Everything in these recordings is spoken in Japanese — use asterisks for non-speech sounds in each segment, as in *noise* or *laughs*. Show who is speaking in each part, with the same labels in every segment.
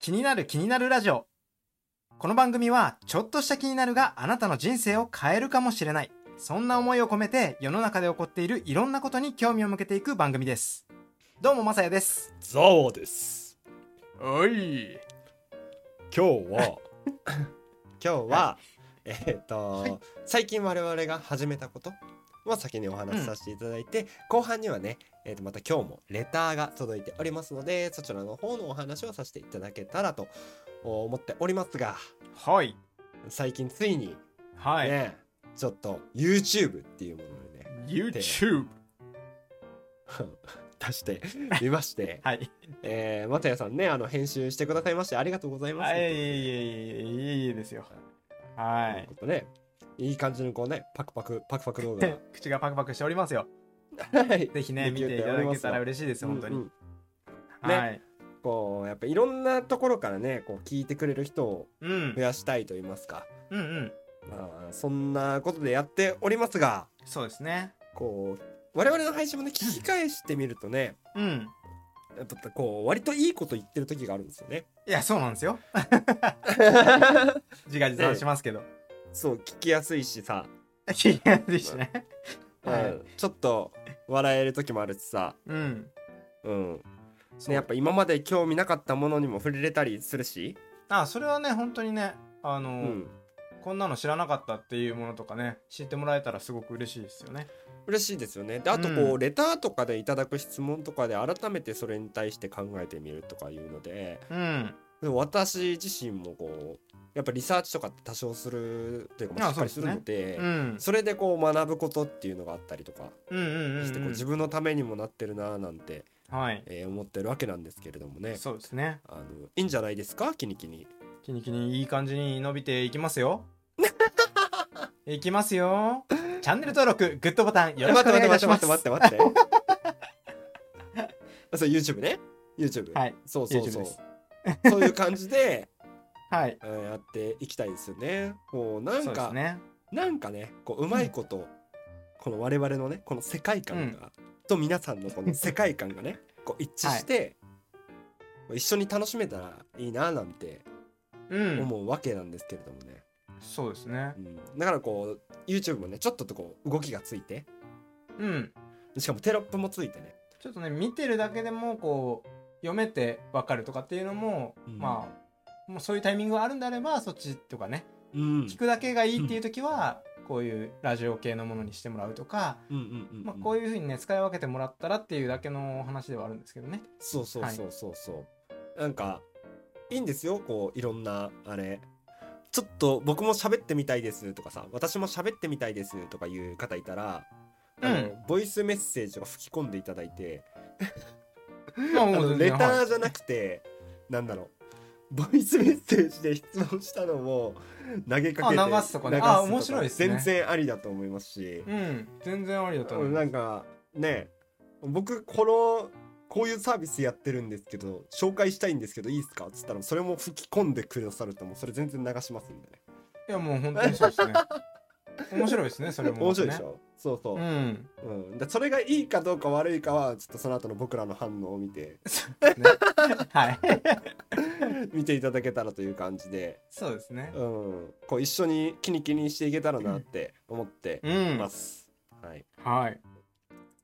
Speaker 1: 気になる気になるラジオこの番組はちょっとした気になるがあなたの人生を変えるかもしれないそんな思いを込めて世の中で起こっているいろんなことに興味を向けていく番組ですどうもまさやです
Speaker 2: ザワです
Speaker 1: おい
Speaker 2: 今日は *laughs* 今日は、
Speaker 1: は
Speaker 2: えーっと、最近我々が始めたことを先にお話しさせていただいて、後半にはね、えーっとまた今日もレターが届いておりますのでそちらの方のお話をさせていただけたらと思っておりますが
Speaker 1: はい
Speaker 2: 最近ついにね、
Speaker 1: はい、
Speaker 2: ちょっと YouTube っていうものをね
Speaker 1: YouTube、
Speaker 2: 出してみまして
Speaker 1: はい
Speaker 2: えー、またやさんねあの編集してくださいましてありがとうございます。
Speaker 1: はいいえいえいえいえいえですよは
Speaker 2: という
Speaker 1: い
Speaker 2: ことで、いい感じのこうね、パクパク、パクパク動画
Speaker 1: 口がパクパクしておりますよ
Speaker 2: が。 *laughs* はい。
Speaker 1: ぜひね見
Speaker 2: できる
Speaker 1: ていただけたら
Speaker 2: と
Speaker 1: 嬉しいです
Speaker 2: 思い
Speaker 1: 本
Speaker 2: ま
Speaker 1: 当
Speaker 2: すよ
Speaker 1: に、
Speaker 2: うんうんね
Speaker 1: はい
Speaker 2: うんこう、やっぱいろんなところからね、こう聞いてくれる人を
Speaker 1: うん
Speaker 2: 増やしたいと言いますか。
Speaker 1: うんうん
Speaker 2: まあ、そんなことでやっておりますが、
Speaker 1: そうですね
Speaker 2: こう、我々の配信もね、聞き返してみるとね、
Speaker 1: うん
Speaker 2: やっぱこう、割といいこと言ってる時があるんですよ *laughs* ね。
Speaker 1: いやそうなんですよ自画自賛しますけど、
Speaker 2: そう、聞きやすいしさ、
Speaker 1: 気がでしねはい
Speaker 2: うんちょっと笑える時もあるしさ、
Speaker 1: うん
Speaker 2: うん。
Speaker 1: そう
Speaker 2: ね、やっぱ今まで興味なかったものにも触れれたりするし、
Speaker 1: あそれはね本当にねあの、
Speaker 2: うん。
Speaker 1: こんなの知らなかったっていうものとかね知ってもらえたらすごく嬉しいですよね
Speaker 2: 嬉しいですよね。であとこう、
Speaker 1: うん
Speaker 2: レターとかでいただく質問とかで改めてそれに対して考えてみるとかいうので
Speaker 1: うん
Speaker 2: でも私自身もこうやっぱリサーチとかって多少するというかま
Speaker 1: あ
Speaker 2: あしっかりするの
Speaker 1: う
Speaker 2: でそ
Speaker 1: ん
Speaker 2: れでこう学ぶことっていうのがあったりとか
Speaker 1: うんうんうん
Speaker 2: してこう自分のためにもなってるなぁなんて、
Speaker 1: はい
Speaker 2: えー思ってるわけなんですけれどもね
Speaker 1: そうですね
Speaker 2: あのいいんじゃないですかキニキニ。
Speaker 1: 気に気にいい感じに伸びていきます
Speaker 2: *laughs*
Speaker 1: よいきますよチャンネル登録グッドボタンよろしくお願いいたします
Speaker 2: 待って待って待って待って *laughs* そう YouTube ね YouTube、
Speaker 1: はい
Speaker 2: そうそう
Speaker 1: YouTube
Speaker 2: そう
Speaker 1: です
Speaker 2: そういう感じで
Speaker 1: はい
Speaker 2: うんやっていきたいですよね。こうな
Speaker 1: そ
Speaker 2: ん
Speaker 1: うで
Speaker 2: か、
Speaker 1: すね
Speaker 2: なんかねこううまいこと、この我々のねこの世界観が、と皆さんのこの世界観
Speaker 1: *laughs*
Speaker 2: がねこう一致して、一緒に楽しめたらいいななんて
Speaker 1: うん
Speaker 2: 思うわけなんですけれどもね、
Speaker 1: そうですね
Speaker 2: うんだからこう YouTube もねちょっととこう動きがついて
Speaker 1: うん
Speaker 2: しかもテロップもついてね
Speaker 1: ちょっとね見てるだけでもこう読めてわかるとかっていうのも、
Speaker 2: うん
Speaker 1: まあもうそういうタイミングがあるんであればそっちとかね
Speaker 2: うん
Speaker 1: 聞くだけがいいっていう時は、こういうラジオ系のものにしてもらうとか、
Speaker 2: うんうんうんうん
Speaker 1: まあ、こういうふうにね使い分けてもらったらっていうだけのお話ではあるんですけどね。
Speaker 2: そうそう
Speaker 1: はい
Speaker 2: そうそうそう、なんかいいんですよこういろんなあれちょっと僕も喋ってみたいですとかさ私も喋ってみたいですとかいう方いたら、あの
Speaker 1: うん
Speaker 2: ボイスメッセージを吹き込んでいただいて、
Speaker 1: まあ
Speaker 2: あ
Speaker 1: も
Speaker 2: の
Speaker 1: う
Speaker 2: レ
Speaker 1: 全
Speaker 2: タ
Speaker 1: 然
Speaker 2: ーじゃなくて、なんだろうボイスメッセージで質問したのを投げかけて
Speaker 1: あ流すとかね
Speaker 2: 流す
Speaker 1: あ面白いですね
Speaker 2: 全然ありだと思いますし、
Speaker 1: はいうん全然ありだと思
Speaker 2: う
Speaker 1: い
Speaker 2: ん
Speaker 1: ま
Speaker 2: な
Speaker 1: す
Speaker 2: んかね僕このこういうサービスやってるんですけど紹介したいんですけどいいですかっつったらそれも吹き込んでくださるともうそれ全然流しますんでね
Speaker 1: いやもう本当にそうです
Speaker 2: *laughs*
Speaker 1: ね面白いですねそれも、ね、
Speaker 2: 面白いでしょ、そうそうう、
Speaker 1: ん
Speaker 2: うんでそれがいいかどうか悪いかはちょっとその後の僕らの反応を見て *laughs*
Speaker 1: そうですねはい
Speaker 2: 見ていただけたらという感じで、
Speaker 1: そうですね
Speaker 2: うん、こう一緒にキニキニしていけたらなって思って
Speaker 1: うん
Speaker 2: ます、はい
Speaker 1: はい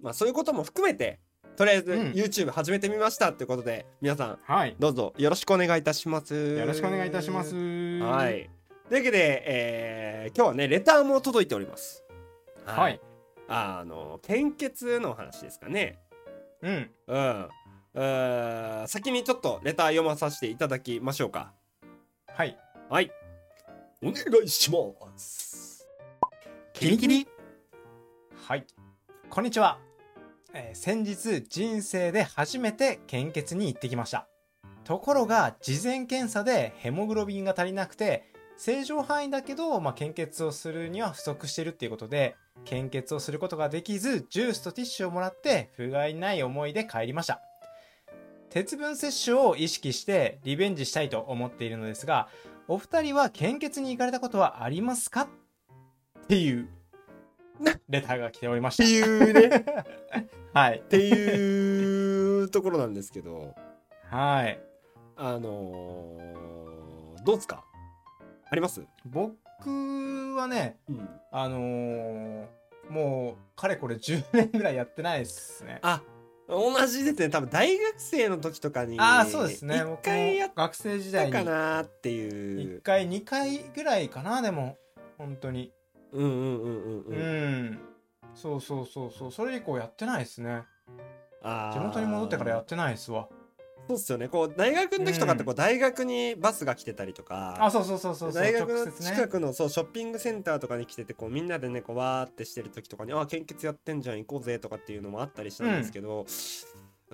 Speaker 2: まあ、そういうことも含めてとりあえず
Speaker 1: うん
Speaker 2: YouTube 始めてみましたということで皆さん
Speaker 1: はい
Speaker 2: どうぞよろしくお願いいたします。よ
Speaker 1: よろしくお願いいたします
Speaker 2: はい。というわけで、えー今日はねレターも届いております。
Speaker 1: はい。
Speaker 2: あの献血のお話ですかね。
Speaker 1: うん
Speaker 2: うん。うーん先にちょっとレター読まさせていただきましょうか。
Speaker 1: はい
Speaker 2: はい。お願いします。
Speaker 1: キリキリはいこんにちは、えー先日人生で初めて献血に行ってきましたところが事前検査でヘモグロビンが足りなくて正常範囲だけど、まあ、献血をするには不足しているっていうことで献血をすることができずジュースとティッシュをもらって不甲斐ない思いで帰りました鉄分摂取を意識してリベンジしたいと思っているのですがお二人は献血に行かれたことはありますかっていうレターが来ておりまし
Speaker 2: っていうね。 *laughs* った
Speaker 1: はい
Speaker 2: ていうところなんですけど、
Speaker 1: はい
Speaker 2: あのーどうっすかあります、
Speaker 1: 僕はねあのーもうかれこれ10年ぐらいやってないっすね
Speaker 2: あ同じですね多分大学生の時とかに
Speaker 1: ああそうですね
Speaker 2: 一回やっ
Speaker 1: 僕も学生時代
Speaker 2: た
Speaker 1: に
Speaker 2: かなって
Speaker 1: 1
Speaker 2: いう
Speaker 1: 回2回ぐらいかなでも本当に
Speaker 2: うんうんうんうん
Speaker 1: う、
Speaker 2: うんん
Speaker 1: そうそうそうそうそれ以降やってないっすね
Speaker 2: あ
Speaker 1: 地
Speaker 2: ー
Speaker 1: 元に戻ってからやってないっすわ
Speaker 2: そうっすよねこう大学の時とかってこう大学にバスが来てたりとか、
Speaker 1: あそうそうそうそうそう
Speaker 2: 大学
Speaker 1: 直
Speaker 2: の
Speaker 1: 接ね
Speaker 2: 近くのそうショッピングセンターとかに来ててこうみんなでねこうわーってしてる時とかに「あ献血やってんじゃん行こうぜ」とかっていうのもあったりしたんですけど、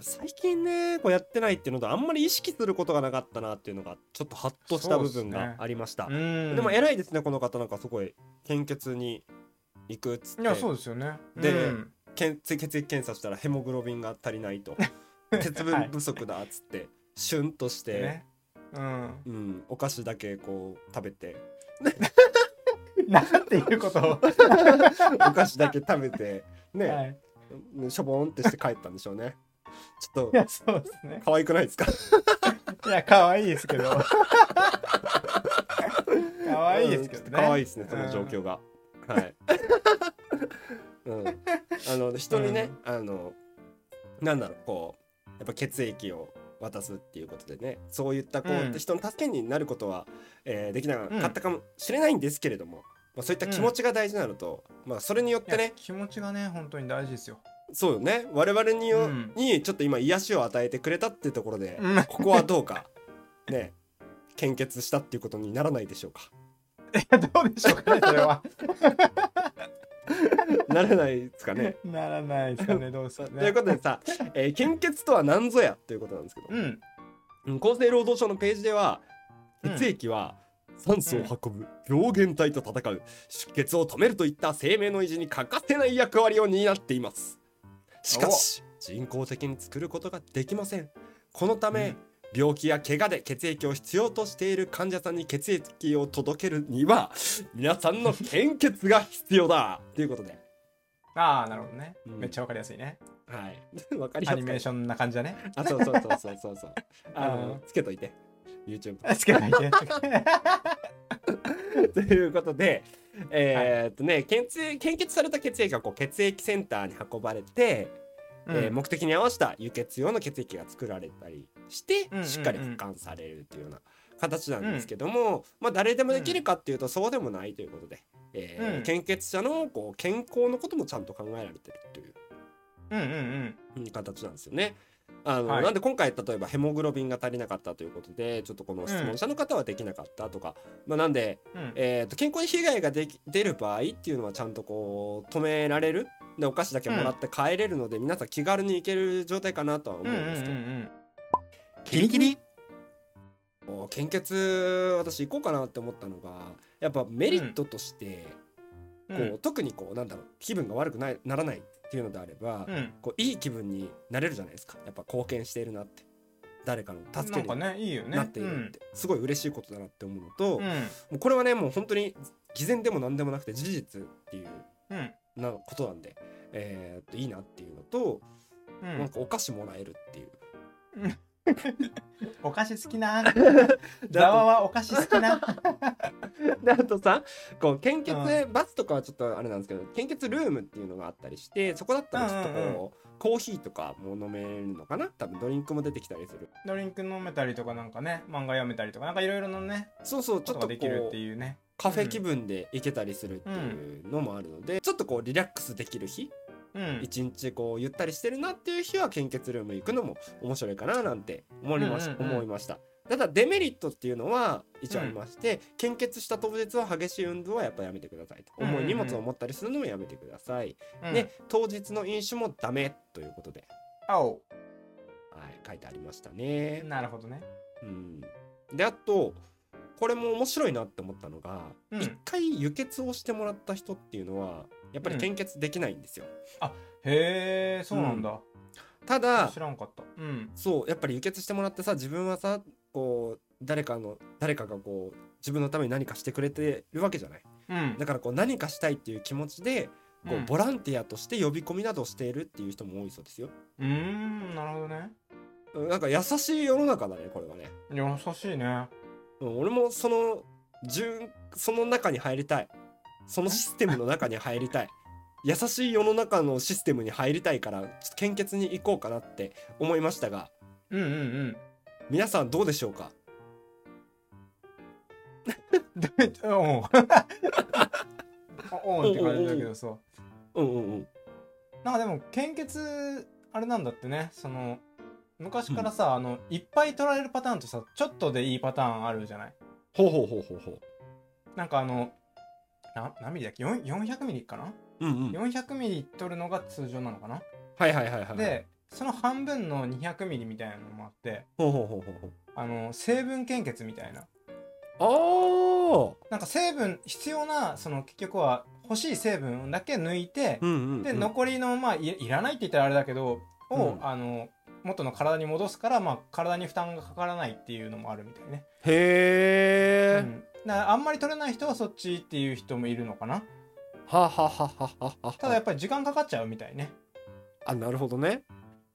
Speaker 2: 最近ねこうやってないっていうのとあんまり意識することがなかったなっていうのがちょっとハッとした部分がありました、
Speaker 1: うん
Speaker 2: でも偉いですねこの方なんかすごい献血に行くっつって
Speaker 1: いやそうですよね
Speaker 2: で
Speaker 1: うん
Speaker 2: 検血血液検査したらヘモグロビンが足りな
Speaker 1: *laughs*
Speaker 2: いと鉄分不足だっつって、シュンとして、
Speaker 1: ねうん *laughs*
Speaker 2: うん、お菓子だけこう食べて *laughs*
Speaker 1: なんていうことを、
Speaker 2: お菓子だけ食べてね、
Speaker 1: はい、
Speaker 2: しょぼんってして帰ったんでしょうね。ちょっ
Speaker 1: い
Speaker 2: と
Speaker 1: やそうですね
Speaker 2: 可愛くないですか。
Speaker 1: いや可愛いですけど
Speaker 2: *laughs*
Speaker 1: 可愛いですけどね
Speaker 2: うんちょっと可愛いですね、その状況が。はい。 *laughs* うん。あの人にね、あのなんだろうこうやっぱ血液を渡すっていうことでね、そういったこう、
Speaker 1: うん
Speaker 2: 人の助けになることは、えーできなかったかもしれないんですけれども。まあ、そういった気持ちが大事なのと、まあそれによっ
Speaker 1: いや
Speaker 2: てね
Speaker 1: 気持ちがね本当に大事ですよ
Speaker 2: そうよね我々によ、
Speaker 1: うん
Speaker 2: にちょっと今癒しを与えてくれたってところで、
Speaker 1: うん
Speaker 2: ここはどうかね献血したっていうことにならないでしょうか
Speaker 1: いやどうでしょうかねそれ *laughs* は
Speaker 2: ならないですかね。
Speaker 1: ならないですかねどうです
Speaker 2: さ
Speaker 1: か
Speaker 2: という
Speaker 1: ね
Speaker 2: ことでさ、えー献血とは何ぞやということなんですけど、
Speaker 1: うん
Speaker 2: うん厚生労働省のページでは
Speaker 1: うん
Speaker 2: 血液は酸素を運ぶ病原体と戦う出血を止めるといった生命の維持に欠かせない役割を担っていますしかし人工的に作ることができませんこのため、
Speaker 1: うん
Speaker 2: 病気や怪我で血液を必要としている患者さんに血液を届けるには皆さんの献血が必要だということで
Speaker 1: ああなるほどね、
Speaker 2: うん
Speaker 1: めっちゃわかりやすいね
Speaker 2: はい *laughs* わかりま
Speaker 1: ア
Speaker 2: すか
Speaker 1: ニメーションな感じだね
Speaker 2: *laughs* あそうそうそうそうそうそう *laughs* あ
Speaker 1: う
Speaker 2: の
Speaker 1: ん
Speaker 2: つけといて YouTube
Speaker 1: *laughs* つけないで
Speaker 2: *laughs* ということで、えーっとね、献血献血された血液がこう血液センターに運ばれて、えー
Speaker 1: うん
Speaker 2: 目的に合わせた輸血用の血液が作られたりして、
Speaker 1: うんうんうん
Speaker 2: しっかり保管されるというような形なんですけども、まあ、誰でもできるかっていうとそうでもないということで、えー
Speaker 1: うん
Speaker 2: 献血者のこう健康のこともちゃんと考えられてるという
Speaker 1: うんうんうん
Speaker 2: うん形なんですよね。あの
Speaker 1: はい
Speaker 2: なんで今回例えばヘモグロビンが足りなかったということでちょっとこの質問者の方はできなかったとか、まあ、なんで
Speaker 1: うん
Speaker 2: えー、と健康に被害ができ出る場合っていうのはちゃんとこう止められるでお菓子だけもらって帰れるので、皆さん気軽に行ける状態かなとは思
Speaker 1: う
Speaker 2: うん
Speaker 1: うん
Speaker 2: ですけど、
Speaker 1: んキリキリ
Speaker 2: お献血私行こうかなって思ったのがやっぱメリットとして、
Speaker 1: うん
Speaker 2: こう特にこうなんだろう気分が悪くないならないっていうのであれば、
Speaker 1: うん
Speaker 2: こういい気分になれるじゃないですかやっぱ貢献しているなって誰かの助け
Speaker 1: なん
Speaker 2: に
Speaker 1: かねいいよね
Speaker 2: なっているって、すごい嬉しいことだなって思うのと、
Speaker 1: うん
Speaker 2: もうこれはねもう本当に偽善でも何でもなくて事実っていう
Speaker 1: うんうん
Speaker 2: なことなんで、えーっといいなっていうのと、
Speaker 1: う
Speaker 2: なん
Speaker 1: ん
Speaker 2: かお菓子もらえるっていう。 *laughs*
Speaker 1: お菓子好きな
Speaker 2: で
Speaker 1: ざわ
Speaker 2: あ
Speaker 1: はお菓子好きな
Speaker 2: とであとさこう献血、
Speaker 1: う
Speaker 2: バスとかはちょっとあれなんですけど献血ルームっていうのがあったりしてそこだったらちょっとこう、
Speaker 1: うんうん
Speaker 2: コーヒーとかも飲めるのかな多分ドリンクも出てきたりする
Speaker 1: ドリンク飲めたりとかなんかね漫画読めたりとかなんかいろいろなね
Speaker 2: そうそう
Speaker 1: こ
Speaker 2: ちょ
Speaker 1: とが
Speaker 2: っと
Speaker 1: で
Speaker 2: こ
Speaker 1: きるっ
Speaker 2: う
Speaker 1: ていうね
Speaker 2: カフェ気分で行けたりするっていうのもあるので、ちょっとこうリラックスできる日
Speaker 1: うん
Speaker 2: 一日こうゆったりしてるなっていう日は献血ルーム行くのも面白いかななんて思いまし,、
Speaker 1: うんうんうん
Speaker 2: 思いましたただデメリットっていうのは一応ありまして、献血した当日は激しい運動はやっぱやめてくださいと、
Speaker 1: うんうんうん
Speaker 2: 重い荷物を持ったりするのもやめてください、
Speaker 1: うん
Speaker 2: で当日の飲酒もダメということで、
Speaker 1: 青
Speaker 2: はい、書いてありましたね、
Speaker 1: なるほどね
Speaker 2: うん、であとこれも面白いなって思ったのが
Speaker 1: うん
Speaker 2: 一、回輸血をしてもらった人っていうのはやっぱり献血できないんですよ、
Speaker 1: へえそうなんだ
Speaker 2: ただ
Speaker 1: 知らんかったうん
Speaker 2: そうやっぱり輸血してもらってさ自分はさこう誰かの誰かがこう自分のために何かしてくれてるわけじゃない
Speaker 1: うん
Speaker 2: だからこう何かしたいっていう気持ちでこう、
Speaker 1: うん
Speaker 2: ボランティアとして呼び込みなどをしているっていう人も多いそうですよ
Speaker 1: うーんなるほどね
Speaker 2: うんなんか優しい世の中だねこれはね、
Speaker 1: 優しいね
Speaker 2: うん、俺もその順その中に入りたいそのシステムの中に入りたい優しい世の中のシステムに入りたいからちょっと献血に行こうかなって思いましたが
Speaker 1: うんうんうん
Speaker 2: 皆さんどうでしょうか
Speaker 1: でおん *laughs* おんって感じだけどさ
Speaker 2: うんうんうん
Speaker 1: なんかでも献血あれなんだってねその昔からさ、あのいっぱい取られるパターンとさちょっとでいいパターンあるじゃない
Speaker 2: ほうほうほうほうほう
Speaker 1: なんかあのな何ミリだっけ4 400ミリかな、
Speaker 2: うんうん
Speaker 1: 400ミリ取るのが通常なのかな、
Speaker 2: はいはいはいはい
Speaker 1: でその半分の200ミリみたいなのもあって
Speaker 2: ほうほうほうほうほう
Speaker 1: あの成分献血みたいな
Speaker 2: ああ
Speaker 1: なんか成分必要なその結局は欲しい成分だけ抜いて、
Speaker 2: うんうんうん
Speaker 1: で残りのまあいいらないって言ったらあれだけどを、
Speaker 2: うん
Speaker 1: あの元の体に戻すから、まあ、体に負担がかからないっていうのもあるみたいね、
Speaker 2: へえ、
Speaker 1: うん、だからあんまり取れない人はそっちっていう人もいるのかな
Speaker 2: はははははは
Speaker 1: ただやっぱり時間かかっちゃうみたいね
Speaker 2: あなるほどね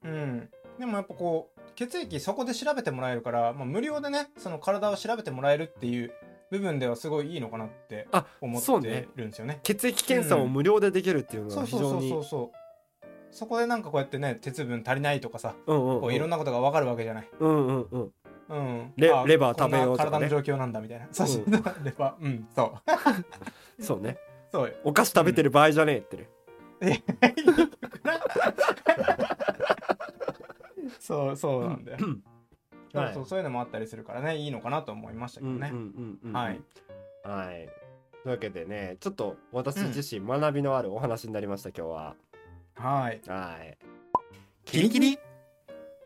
Speaker 1: うんでもやっぱこう血液そこで調べてもらえるから、まあ、無料でねその体を調べてもらえるっていう部分ではすごいいいのかなって
Speaker 2: あ
Speaker 1: 思
Speaker 2: そう
Speaker 1: っ
Speaker 2: ね
Speaker 1: てるんですよね
Speaker 2: 血液検査を無料でできるっていうの
Speaker 1: そ
Speaker 2: は
Speaker 1: う
Speaker 2: 非
Speaker 1: そうそう
Speaker 2: 常
Speaker 1: そ
Speaker 2: に
Speaker 1: うそうそこでなんかこうやってね鉄分足りないとかさ
Speaker 2: うんうん
Speaker 1: こ
Speaker 2: う
Speaker 1: ういろん
Speaker 2: ん
Speaker 1: なことがわかるわけじゃない
Speaker 2: うんうんうん
Speaker 1: うん
Speaker 2: レ
Speaker 1: あ
Speaker 2: レバー食べようと
Speaker 1: こ
Speaker 2: かね
Speaker 1: んな体の状況なんだみたいなそうそう
Speaker 2: うん
Speaker 1: レバーうんそう
Speaker 2: そうね
Speaker 1: そうよ
Speaker 2: お菓子食べてる場合じゃねえってね、
Speaker 1: そうそうなんだよ
Speaker 2: うん
Speaker 1: そう
Speaker 2: はい
Speaker 1: そうそういうのもあったりするからねいいのかなと思いましたけ
Speaker 2: う
Speaker 1: ど
Speaker 2: んうんう
Speaker 1: ね
Speaker 2: んうん
Speaker 1: はい
Speaker 2: はいというわけでねちょっと私自身学びのあるお話になりました今日は、
Speaker 1: はい
Speaker 2: はい
Speaker 1: キリキリ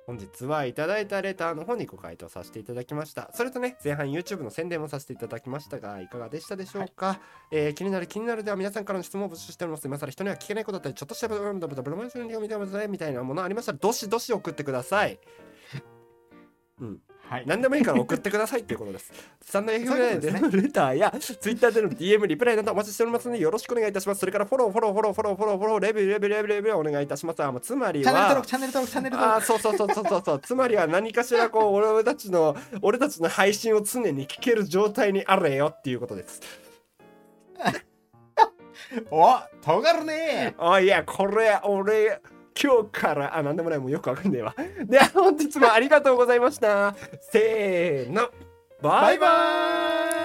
Speaker 2: 本日はいただいたレターの方にご回答させていただきましたそれとね前半 YouTube の宣伝もさせていただきましたがいかがでしたでしょうか、えー気になる気になるでは皆さんからの質問を募集しております今更人には聞けないことだったりちょっとしたブラブラブラブラブラブラブラブラブラブラみたいなものありましたらどしどし送ってください
Speaker 1: はい
Speaker 2: 何でもいいから送ってくださいっていうことです。スタンド
Speaker 1: そういう
Speaker 2: FM
Speaker 1: ことで
Speaker 2: です
Speaker 1: ね
Speaker 2: のレターや Twitter での DM リプライなどお待ちしておりますのでよろしくお願いいたします。それからフォロー、フォロー、フォロー、フォロー、フォロー、フォロー、レビュー、レビュー、レビュー、レビューお願いいたします。あもうつまり
Speaker 1: チャンネル登
Speaker 2: は
Speaker 1: 録。チャンネル登録チャンネル登
Speaker 2: あー
Speaker 1: 録
Speaker 2: そうそうそうそうそうそうつまりは何かしらこう俺たちの俺たちの配信を常に聞ける状態にあれよっていうことです
Speaker 1: おとがるね
Speaker 2: あいやこれ俺今日からあ何でもないもうよくわかんねえわで本日もありがとうございましたせーのバイバイ